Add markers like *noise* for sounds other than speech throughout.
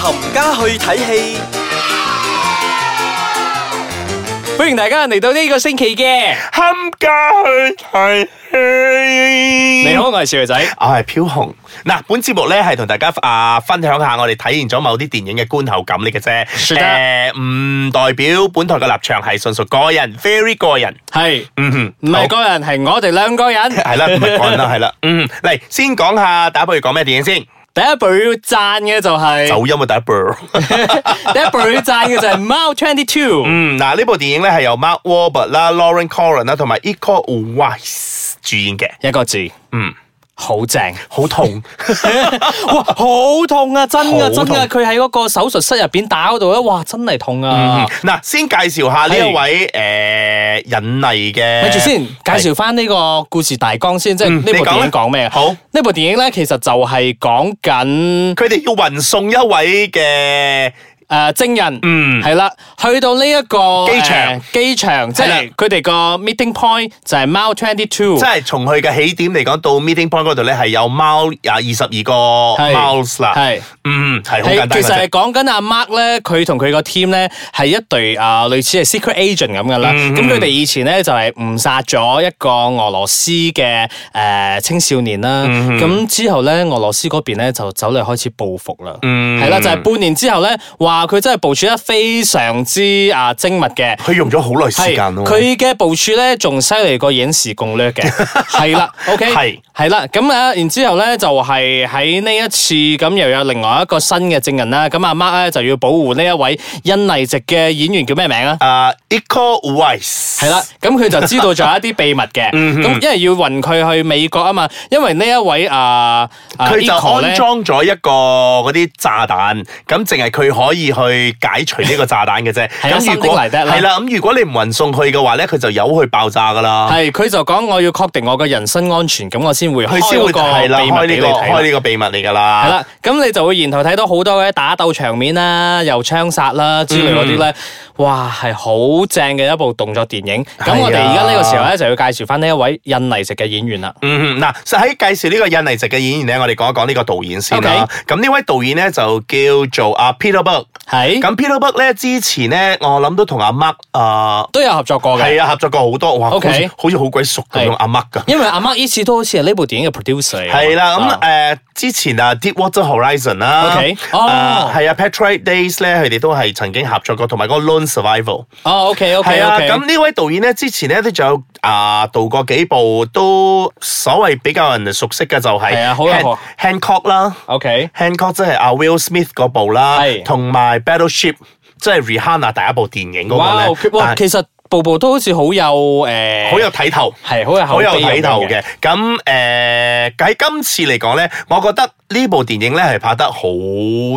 冚家去睇戲，歡迎大家嚟到呢個星期嘅，冚家去睇戲。你好，，我係小女仔。我啊係飄紅。嗱，本節目咧係同大家啊分享下我哋睇完咗某啲電影嘅觀後感嚟嘅啫。是的誒唔代表本台嘅立場係純屬個人，very 個人。係，嗯哼，唔係好個人，係我哋兩個人。係啦，唔係個 *laughs* 人啦，係啦。嗯，嚟先講下第一部要講咩電影先。第一部要讚嘅就係，走音啊，第 *laughs* 一部。第一部要讚嘅就係《Mile Twenty Two》。嗯，嗱呢部電影咧係由 Mark Wahlberg 啦、Lauren Corran 啦同埋 Iko Uwais 主演嘅。一個字，嗯，好正。好痛。 *laughs* 哇，好痛啊！真噶，好真痛噶，佢喺嗰個手術室入邊打嗰度咧，哇，真係痛啊！嗯嗱，先介紹下呢一位诶引嚟嘅，咪住先，介紹翻呢個故事大綱先，即係嗯呢部你講電啦影講咩啊？好，呢部電影咧，其實就係講緊佢哋要運送一位嘅，诶精呃人，嗯係啦，去到呢一個機場呃機場即係啦係佢哋個 meeting point 就係 Mile Twenty Two 即。係從佢嘅起點嚟講，到 meeting point 嗰度咧係有貓啊二十二個係 mouse 啦，係嗯係好簡係，單其嘅實係啫，講緊阿 Mark 咧，佢同佢個 team 咧係一隊啊、類似係 secret agent 咁噶啦。嗯咁佢哋以前咧就係誤殺咗一個俄羅斯嘅誒、呃青少年啦。嗯咁、之後咧，俄羅斯嗰邊咧就走嚟開始報復啦。嗯係啦、就係、半年之後咧，話佢真係部署得非常之啊精密嘅。佢用咗好耐時係間咯，佢嘅部署咧仲犀利過影視攻略嘅， *laughs* 係啦，OK，係係啦，咁啊，然之後咧就係喺呢一次咁又有另外一個新嘅證人啦，咁阿啊 Mark 咧就要保護呢一位印尼籍嘅演員叫咩名啊？啊 Iko Uwais 係啦，，咁佢就知道咗一啲秘密 *laughs* 嘅，嗯咁因為要運佢去美國啊嘛，因為呢一位啊，啊佢就 Eco 呢安裝咗一個嗰啲炸彈，咁淨係佢可以去解除呢個炸彈嘅啫。 *laughs* 係啦啊咁如果 something like that 啦係啦，咁如果你唔運送佢嘅話咧，佢就由佢爆炸噶啦。係佢就講我要確定我嘅人身安全，咁我先會佢開先嗰會個係啦，秘密開俾呢個你睇啦開呢個秘密嚟㗎啦。系啦，咁你就會沿途睇到好多嘅打鬥場面啦，又槍殺啦之類嗰啲咧，哇，係好正嘅一部動作電影。嗯係咁啊我哋而家呢個時候咧就要介紹翻呢一位印尼籍嘅演員啦。嗯，嗯嗱，實喺介紹呢個印尼籍嘅演員咧，我哋講一講呢個導演先啦。咁呢位導演咧就叫做阿 Peter Berg。係咁 Peter Berg 咧之前咧，我諗都同阿 Mark 啊，都有合作過嘅，係啊合作過好多，哇 OK 好似好似好鬼熟咁係樣阿 Mark 㗎。因為阿 Mark 呢次都好似係呢部電影嘅 producer 嚟㗎嘛。係啦，咁啊誒之前啊，Deep Water Horizon 啦 OK，哦啊係啊，Patriot Days 咧，佢哋都係曾經合作過，同埋嗰個 Lone Survival。哦，OK 係 OK 啊， OK，咁呢位導演咧，之前咧都仲有啊導過幾部都所謂比較人熟悉嘅就係係啊好有 Han- 學 Hancock 啦 OK， ，Hancock 即係阿 Will Smith 嗰部啦係，同埋 Battleship 即係 Rihanna 第一部電影哇嗰個咧，哇，但係其實部部都好似好有诶，好有睇頭。係好有好有口碑咁睇頭樣嘅，咁誒喺今次嚟講咧，我覺得呢部電影咧係拍得好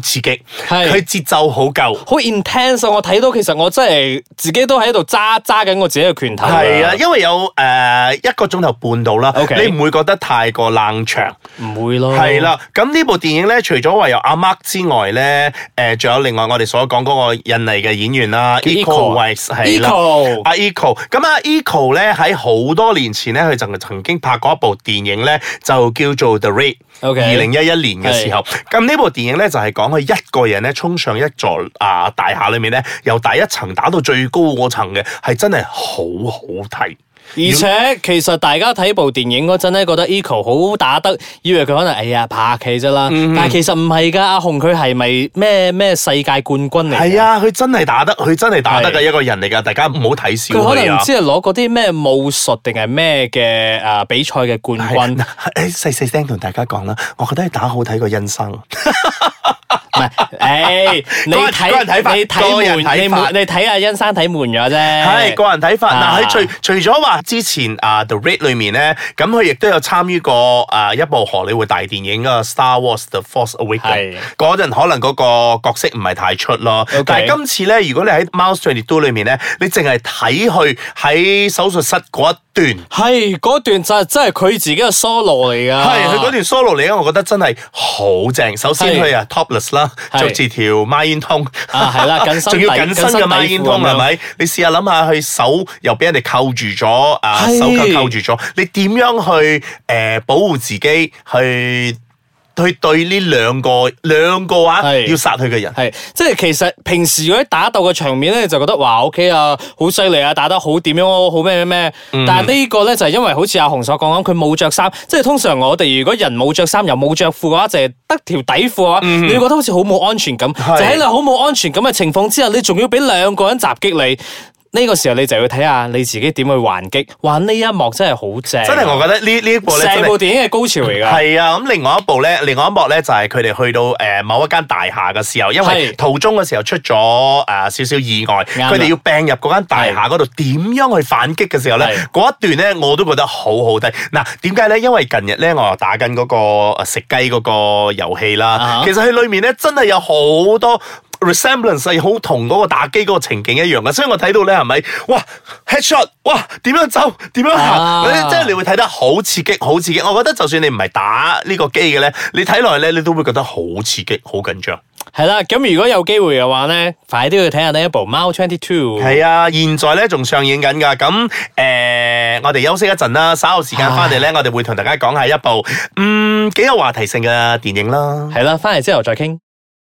刺激，係佢節奏好夠，好 intense 啊！我睇到其實我真係自己都喺度揸揸緊我自己嘅拳頭。係啊，，因為有誒、呃一個鐘頭半到啦 OK 哦你唔會覺得太過冷場。唔會咯。係啦，咁呢部電影咧，除咗話有阿 Mark 之外咧，誒、仲有另外我哋所講嗰個印尼嘅演員啦叫 Eco Eco 啊 Wise 係啦。 Eco 阿 Eco，咁啊 Eco 咧喺好多年前咧，佢曾曾經拍過一部電影咧，就叫做 The Raid。 OK 二零一一年嘅時候，咁呢部電影咧就係講佢一個人咧衝上一座啊大廈裏面咧，由第一層打到最高嗰層嘅，係真係好好睇。而且其實大家睇部電影嗰陣咧，覺得 Eco 好打得，以為佢可能哎呀拍戲啫啦，嗯但係其實唔係㗎。阿紅佢係咪咩咩世界冠軍嚟？係，啊，佢真係打得，佢真係打得嘅係一個人嚟㗎，大家唔好睇小佢可佢能啊唔。知係攞嗰啲咩武術定係咩嘅誒比賽嘅冠軍， *laughs* 嗱，誒細細聲同大家講啦，我覺得係打好睇過恩生。唔係， *laughs* 誒你個人個人睇法睇你個睇悶，你人睇法悶你睇阿欣生睇悶咗啫。係個人睇法。啊嗱，佢除除咗話之前啊《The Raid》裏面咧，咁佢亦都有參與過啊一部荷里活大電影啊《Star Wars: The Force Awakens 係》。嗰陣可能嗰個角色唔係太出咯 OK。但係今次咧，如果你喺《Mouse Twenty Two》裏面咧，你淨係睇佢喺手術室嗰一段。係嗰段就真係佢自己嘅 solo 嚟噶，係佢嗰段 solo 嚟嘅，啊我覺得真係好正。首先係佢啊 topless 啦，係着住條孖煙通，啊係 *laughs* 啦緊身仲要底緊身緊嘅身底孖煙通褲咁樣啊係咪？你試下諗下，佢手又俾人哋扣住咗，啊係手扣扣住咗，你點樣去誒保護自己去？去對呢兩個兩個啊係要殺佢嘅人。系，即係其實平時嗰啲打鬥嘅場面咧，就覺得哇 OK 啊，好犀利啊，打得好點樣，好咩咩咩。嗯但係呢個咧就係因為好似阿紅所講咁，佢冇着衫，即係通常我哋如果人冇着衫又冇着褲嘅話，就係得條底褲嘅話，你會覺得好似好冇安全感。就嗯係喺你好冇安全感嘅情況之下，你仲要俾兩個人襲擊你。呢個時候你就要睇下你自己點去還擊，哇！呢一幕真係好正，真係我覺得呢呢一部咧真成係部電影嘅高潮嚟㗎。係啊，咁另外一部咧，另外一幕咧就係佢哋去到诶、呃某一間大廈嘅時候，因為係途中嘅時候出咗诶少少意外，啦佢哋要病入嗰間大廈嗰度，點樣去反擊嘅時候咧，係嗰一段咧我都覺得好好睇。嗱，點解咧？因為近日咧我又打緊嗰、個呃食雞嗰個遊戲啦啊，哈其實佢裏面咧真係有好多。resemblance 係好同嗰個打機嗰個情景一樣嘅，所以我睇到咧係咪哇 headshot 哇點樣走點樣行，啊即係你會睇得好刺激，好刺激。我覺得就算你唔係打呢個機嘅咧，你睇落去咧，你都會覺得好刺激，好緊張。係啦，咁如果有機會嘅話咧，快啲去睇下呢一部《貓 Twenty Two》。係啊，現在咧仲上映緊㗎。咁诶、呃我哋休息一陣啦，稍後時間翻嚟咧，我哋會同大家講下一部嗯幾有話題性嘅電影啦。系啦，翻嚟之後再傾。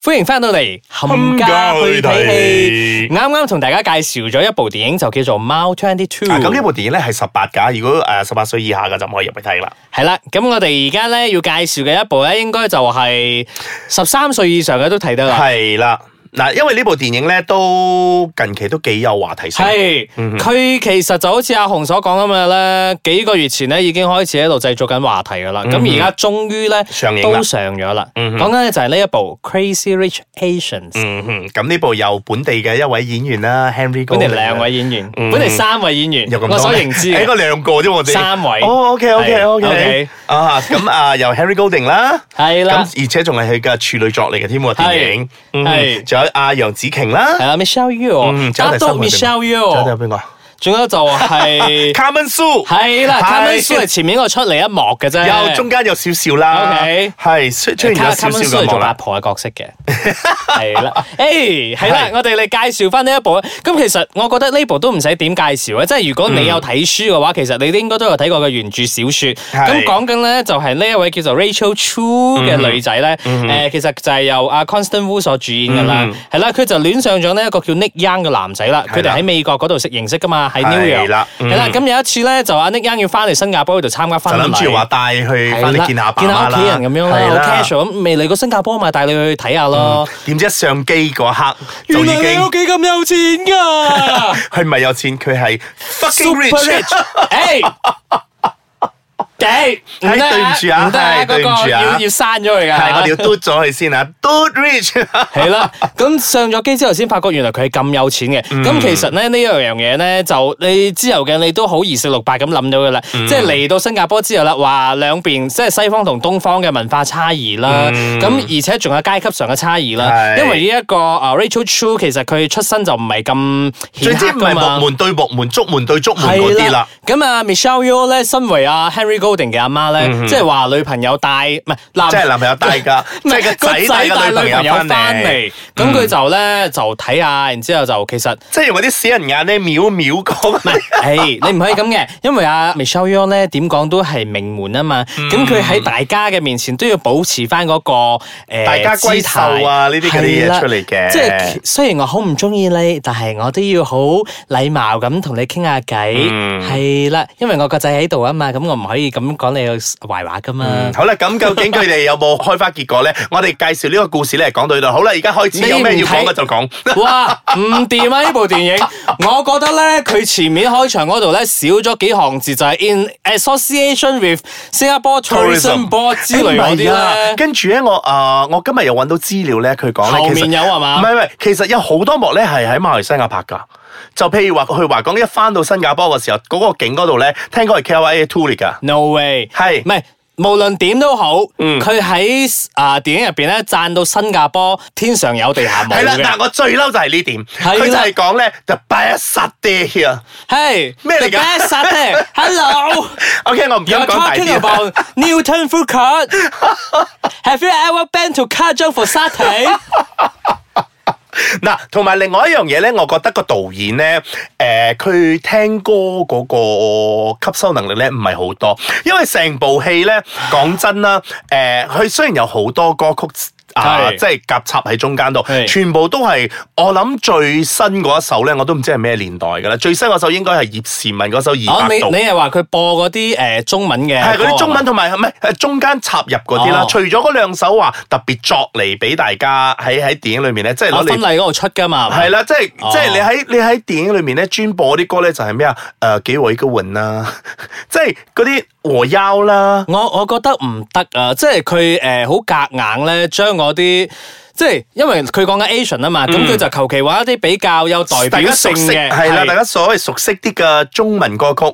歡迎翻到嚟，冚家去睇戲。啱啱同大家介紹咗一部電影，就叫做《貓 Twenty Two》。啊咁呢部電影咧係十八㗎，如果诶十八歲以下嘅就唔可以入去睇啦。系啦，咁我哋而家咧要介紹嘅一部咧，應該就 *laughs* 係十三歲以上嘅都睇得啦。係啦，嗱，因為呢部電影咧都近期都幾有話題性。係，嗯佢其實就好似阿紅所講咁嘅咧，幾個月前咧已經開始喺度製作緊話題噶啦。咁而家終於咧嗯上映啦都上咗啦。嗯哼講緊咧就係呢一部《Crazy Rich Asians》。嗯哼，咁呢部有本地嘅一位演員啦，Henry 本嚟嚟兩位演員，嗯本嚟三位演員，有咁多我所認知誒嘅嗰兩個啫，我哋三位哦，OK，OK，OK，係，OK 啊，咁啊，由 Henry Golding 啦，係啦，咁而且仲係佢嘅處女作嚟嘅添喎，係電影，嗯係仲有阿楊紫瓊啦係，啦，Michelle 嗯 Yeoh，仲有加第多三位 Michelle 仲 Yeoh，有邊個啊仲有就 *laughs* 係？Carmen Su，係啦，係卡文蘇係前面嗰個出嚟一幕嘅啫，有中間有少少啦 OK 係出出現咗卡少卡文蘇係少嘅幕做八啦，婆嘅角色嘅， *laughs* 係啦，誒係啦係，我哋嚟介紹翻呢一部啊。咁其實我覺得呢部都唔使點介紹啊，即係如果嗯你有睇書嘅話，其實你都應該都有睇過嘅原著小説。係咁講緊咧就係呢一位叫做 Rachel Chu 嘅女仔咧，誒其實就係由阿 Constant Wu 所主演㗎啦嗯，係啦，佢就戀上咗呢一個叫 Nick Young 嘅男仔啦，係佢啦哋喺美國嗰度識認識㗎嘛，喺 New 係 York 啦嗯係啦，咁有一次咧就阿 Nick Young 要翻嚟新加坡嗰度參加就婚禮，諗住話帶佢翻係嚟啦見下爸見媽下啦，屋企人咁樣啦，係好 casual 咁，未嚟過新加坡咪帶你去睇下咯。點知一上機嗰刻就已經企咁有錢 *laughs* 噶佢唔係有錢，佢係 fucking ，super rich。 rich，哎， *laughs* 頂唔得哎對唔住啊唔得哎啊，對嗰唔住啊個要要刪咗佢係，我哋㗎。要嘟咗佢先啊嘟 *laughs* rich。係啦，咁上咗機之後先發覺原來佢係咁有錢嘅。嗯咁其實咧呢一樣嘢咧，就你之後嘅你都好二四六八咁諗到㗎啦。嗯即係嚟到新加坡之後啦，話兩邊即係西方同東方嘅文化差異啦，咁而且仲有階級上嘅差異啦。嗯係因為呢一個啊 Rachel Chu 其實佢出身就唔係咁總顯之赫唔係㗎嘛木。門對木門，竹門對竹門嗰啲啦。。咁啊，Michelle Yeoh 咧，身為阿 Henry Golding 嘅阿媽嗯咧，即係話女朋友帶唔係男，即係男朋友帶㗎，*laughs* 即唔係係個個仔仔帶個帶女朋女朋友友翻翻嚟，嚟，咁佢就咧就睇下，然之後就 *laughs* 其實。即係用嗰啲死人眼咧瞄瞄 *laughs* 講。唔係，誒，你唔可以咁嘅，因為阿 Michelle Yeoh 咧點講都係名門啊嘛，咁佢喺大家嘅面前都要保持翻嗰個誒大家閨秀啊呢啲嗰啲嘢出嚟嘅即係雖然我好唔中意你，但係我都要好禮貌咁同你傾下偈，嗯係啦，因為我個仔喺度啊嘛，咁我唔可以咁講你壞話噶嘛。好啦，咁究竟佢哋有冇開花結果咧？我哋介紹呢個故事咧，講到呢度。好啦，而家開始有咩要講嘅就講。 *laughs* 哇，唔掂啊！呢部電影，我覺得咧，佢前面開場嗰度咧少咗幾行字，就係、in association with Singapore Tourism Tourism Board 之類嗰啲哎唔係啊咧。跟住咧，我啊，我今日又揾到資料咧，佢講後咧，其實面有啊係唔嘛？係唔係，其實有好多幕咧係喺馬來西亞拍㗎。就譬如話去華港一翻到新加坡嘅時候，嗰、個景嗰度咧，聽講係 KLIA Two 嚟㗎。 No way，係唔係？無論點都好，嗯佢喺啊電影入邊咧讚到新加坡天上有地下冇係啦，嘅嗱，，我最嬲就係呢點，係佢啦就係講咧 the best day here。係咩嚟㗎 The best satay, *laughs* Hello。 OK，我唔敢 You're 講大 talking 啲。啊 about Newton Food *laughs* Court. Have you ever been to Kajang for satay? *laughs* 嗱，同埋另外一樣嘢咧，我覺得個導演咧，誒、佢聽歌嗰個吸收能力咧唔係好多，因為成部戲咧，講真啦，誒、佢雖然有好多歌曲。啊，係即係夾插喺中間度，係全部都係我諗最新嗰一首咧，我都唔知係咩年代㗎啦。最新嗰首應該係葉倩文嗰首《哦，二百你度》。你係話佢播嗰啲誒中文嘅係嗰歌啊啲係中嘛文同埋唔係誒中間插入嗰啲啦哦，除咗嗰兩首話特別作嚟俾大家喺喺電影裏面咧，即係啊攞婚嚟禮嗰度出㗎嘛？係嘛係啦，即係哦即係你喺你喺電影裏面咧專播啲歌咧就係咩啊？誒幾位嘅魂啦，啊 *laughs* 即係嗰啲和優啦，我我覺得唔得啊，即係佢誒好夾硬咧，將嗰啲即係因為佢講緊 Asian 啊嘛，咁佢、就求其揾一啲比較有代嗯大表家性熟悉嘅係啦，係大家所謂熟悉啲嘅中文歌曲。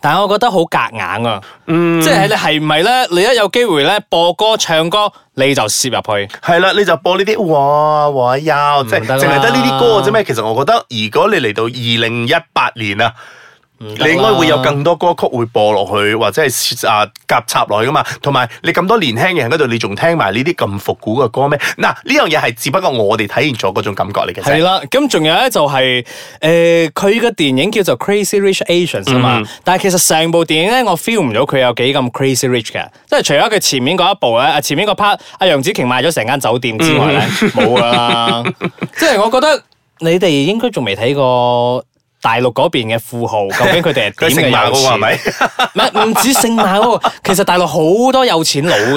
但係我覺得好夾硬啊，嗯即係你係唔係咧？你一有機會咧播歌唱歌，你就攝入去。係啦，你就播呢啲哇哇優，即係唔得啦淨係得呢啲歌嘅啫咩？其實我覺得，如果你嚟到二零一八年啊，得啦你應該會有更多歌曲會播落去，或者係啊夾插落去噶嘛。同埋你咁多年輕人嗰度，你仲聽埋呢啲咁復古嘅歌咩？嗱，呢樣嘢係只不過我哋體現咗嗰種感覺嚟嘅係啫。啦，咁仲有咧就係、誒，佢、嘅電影叫做 Crazy Rich Asians 啊嗯嘛，但係其實成部電影咧，我 feel 唔到佢有幾咁 Crazy Rich 嘅，即係除咗佢前面嗰一部咧，啊前面個 part 阿楊紫瓊賣咗成間酒店之外咧，嗯 *laughs* 冇㗎啦，即係我覺得你哋應該仲未睇過。大陸嗰邊嘅富豪，究竟佢哋係 *laughs* 佢點嘅姓馬有嗰個係錢？咪？唔係唔止姓馬嗰個，其實大陸好多有錢佬嗯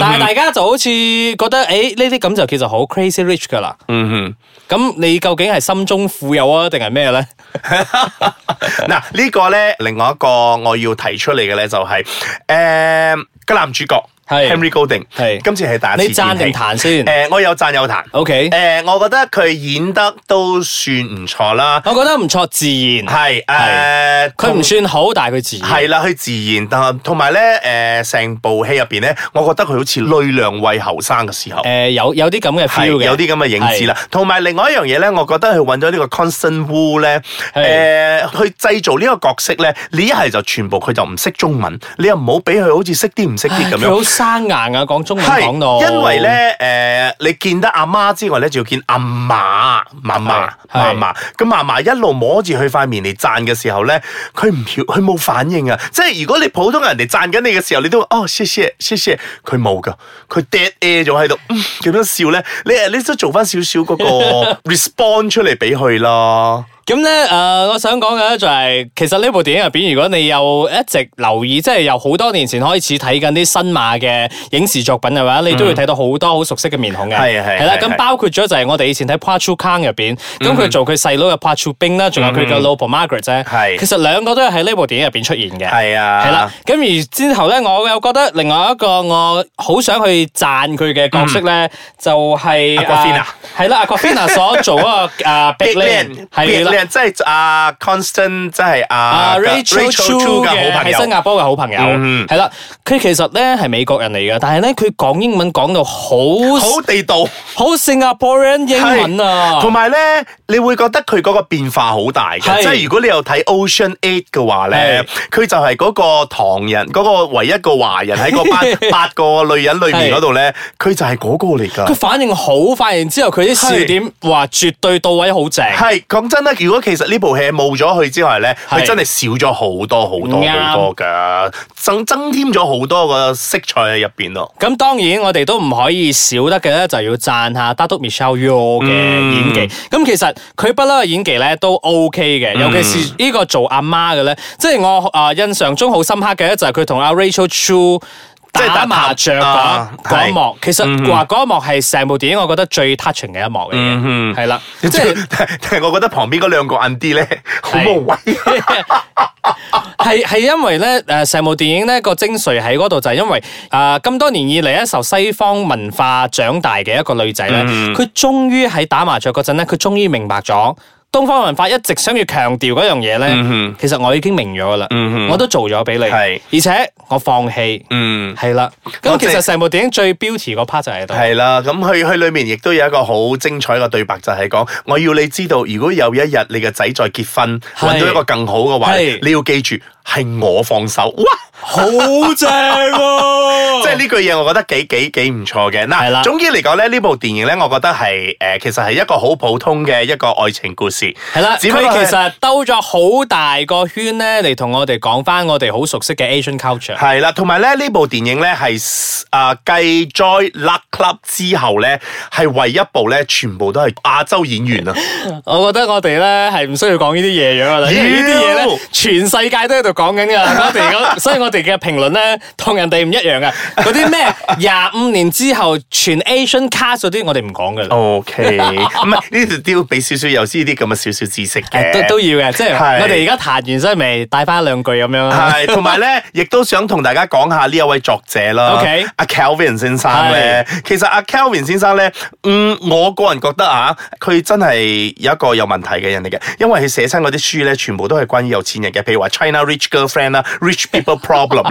噶，但係大家就好似覺得誒呢啲咁就叫做好 crazy rich 噶啦。嗯哼。 *laughs* 咁你究竟係心中富有啊，定係咩咧？嗱，呢個咧，另外一個我要提出嚟嘅咧，就係誒個男主角係 Henry Golding，係今次係第一你次見贊戲定彈先 *laughs* 誒，我有讚有彈。 ？OK，誒，呃我覺得佢演得都算唔錯啦，我覺得唔錯，自然。係誒，佢唔算好，但係佢自然。係啦，佢自然，但同埋咧，誒，成部戲入邊咧，我覺得佢好似呂良偉後生嘅時候。誒有有啲咁嘅係 feel 嘅，有啲咁嘅影子啦，同埋另外一樣嘢咧，我覺得佢揾咗呢個 Constant Wu 咧，誒、去製造呢個角色咧，你一係就全部佢就唔識中文，你又唔好俾佢好似識啲唔識唉。啲咁佢樣。好生硬啊，講中文係講到。因為咧，誒、你見得阿媽之外咧，仲要見阿嫲、嫲嫲、嫲係嫲。咁嫲嫲一路摸住佢塊面嚟讚嘅時候咧，佢唔曉，佢冇反應啊！即係如果你普通人哋讚緊你嘅時候，你都會哦，謝謝，謝謝，佢冇噶，佢 dead air 咗喺度，嗯點、樣笑咧？你你都做翻少少 *laughs* 嗰個 respond 出嚟俾佢咯。咁咧，誒、我想講嘅咧就係、其實呢部電影入邊，如果你有一直留意，即係由好多年前開始睇緊啲新馬嘅影視作品嘅話，你都會睇到好多好熟悉嘅面孔嘅。嗯係啊係係啦，係嗯係咁包括咗就係我哋以前睇《Part Two Kang》入邊，咁佢做佢細佬嘅 Part Two 兵啦，仲有佢嘅老婆 Margaret 啫。嗯係其實兩個都係喺呢部電影入邊出現嘅。係啊，係啦，咁而之後咧，我又覺得另外一個我好想去讚佢嘅角色咧，就係嗯 Aquafina 啊係啦，Aquafina 所做嗰個啊 Big Big Land Land，係 Big 啦。 Land，即係阿 Constant，即係阿啊 Rachel Chu 嘅嘅好朋係新友。加坡嘅好朋友，嗯係啦，佢其實咧係美國人嚟嘅，但係咧佢講英文講到好好地道，好 Singaporean 英文啊，同埋咧，你會覺得佢嗰個變化好大係嘅，即係如果你有睇 Ocean Eight 嘅話咧，佢就係嗰個唐人，嗰、個唯一一個華人喺 *laughs* 嗰班八個女人裏面嗰度咧，佢就係嗰個嚟佢㗎。反應好快，然之後佢啲笑點哇絕對到位，好正。係講真啦，如果其實呢部戲冇咗佢之外咧，係佢真係少咗好多好多啱好多㗎，增增添咗好多個色彩喺入邊咯。 *laughs* 咁當然我哋都唔可以少得嘅咧，就要讚下 Dato Michelle Yeoh 嘅嗯演技。咁、其實佢不嬲嘅演技咧都 OK 嘅，嗯尤其是呢個做阿媽嘅咧，即係我啊、呃印象中好深刻嘅咧，就係佢同阿 Rachel Chu。即係打打麻雀嗰啊嗰一幕，其嗯實話嗰一幕係成部電影我覺得最 touching 嘅一幕嚟嘅，嗯係啦，即即係係，但係我覺得旁邊嗰兩個銀啲咧，好係無謂。 *laughs* 係係因為咧，誒成部電影咧個精髓喺嗰度就係因為誒咁多年以嚟咧受西方文化長大嘅一個女仔咧，嗯佢終於喺打麻雀嗰陣咧，佢終於明白咗。東方文化一直想要強調嗰樣嘢咧，嗯其實我已經明咗噶啦，我都做咗俾你，係而且我放棄，嗯。係啦。咁我其即係實成部電影最 beauty 嗰 part 就喺度， *laughs* 係啦，咁佢佢裏面亦都有一個好精彩嘅對白，就係講我要你知道，如果有一日你嘅仔再結婚，係揾到一個更好嘅話，係你要記住係我放手。哇！好正喎！即係呢句嘢，我覺得幾幾幾唔錯嘅。哦係啦嗱，總之嚟講咧，呢部電影咧，我覺得係誒、呃其實係一個好普通嘅一個愛情故事。系啦，只不過佢係其實兜咗好大個圈咧，嚟同我哋講翻我哋好熟悉嘅 Asian culture。係啦，同埋咧呢部電影咧係啊繼 Joy Luck Club 之後咧，係唯一部咧全部都係亞洲演員啊！我覺得我哋咧係唔需要講呢啲嘢樣噶啦，因為呢啲嘢咧 Ew 全世界都喺度講緊噶啦。我哋嗰 *laughs* 所以我哋嘅評論咧同人哋唔一樣噶。嗰啲咩廿五年之後全 Asian cast 嗰啲，我哋唔講噶啦。 O *laughs* K，唔係呢度都要俾少少有呢啲咁嘅少少知識嘅，誒都都要嘅，即係係我哋而家彈完，所以咪帶翻兩句咁樣啦。係，同埋咧， *laughs* 亦都想同大家講下呢一位作者啦。 OK 阿 Calvin 先生咧，其實阿 Calvin 先生咧，嗯，我個人覺得啊，佢真係有一個有問題嘅人嚟嘅，因為佢寫親嗰啲書咧，全部都係關於有錢人嘅，譬如話 China Rich Girlfriend 啦，Rich People Problem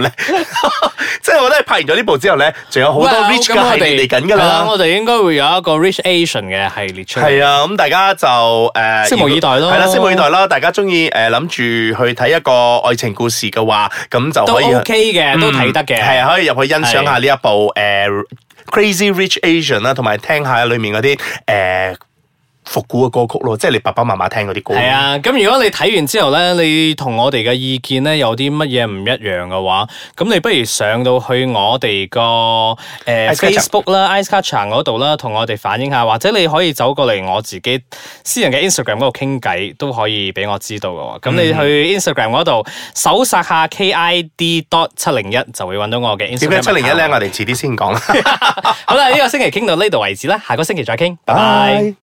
*laughs* 咧， *laughs* 即係我覺得拍完咗呢部之後咧，仲有好多 rich 咁我嘅系列哋嚟緊㗎係啦啦。我哋應該會有一個 Rich Asian 嘅系列出嚟。係啊，咁大家就誒，拭目以待咯係啦，拭目以待啦。大家中意誒諗住去睇一個愛情故事嘅話，咁就都可以 OK 嘅，都睇得嘅。系啊，可以入去欣賞下呢一部诶、呃 Crazy Rich Asian 啦，同埋聽下裏面嗰啲诶復古嘅歌曲咯，即係你爸爸媽媽聽嗰啲歌。係，啊，咁如果你睇完之後咧，你同我哋嘅意見咧有啲乜嘢唔一樣嘅話，咁你不如上到去我哋個誒 Ice Kacang Facebook 啦、Ice c a t c h 嗰度啦，同我哋反映下，或者你可以走過嚟我自己私人嘅 Instagram 嗰度傾偈，都可以俾我知道嘅喎。咁嗯你去 Instagram 嗰度搜索下 KID dot 七零一就會揾到我嘅點解 Instagram。七零一啊咧？？我哋遲啲先講啦。 *laughs* *laughs* 好啦，呢個星期傾到呢度為止啦，下個星期再傾，拜拜。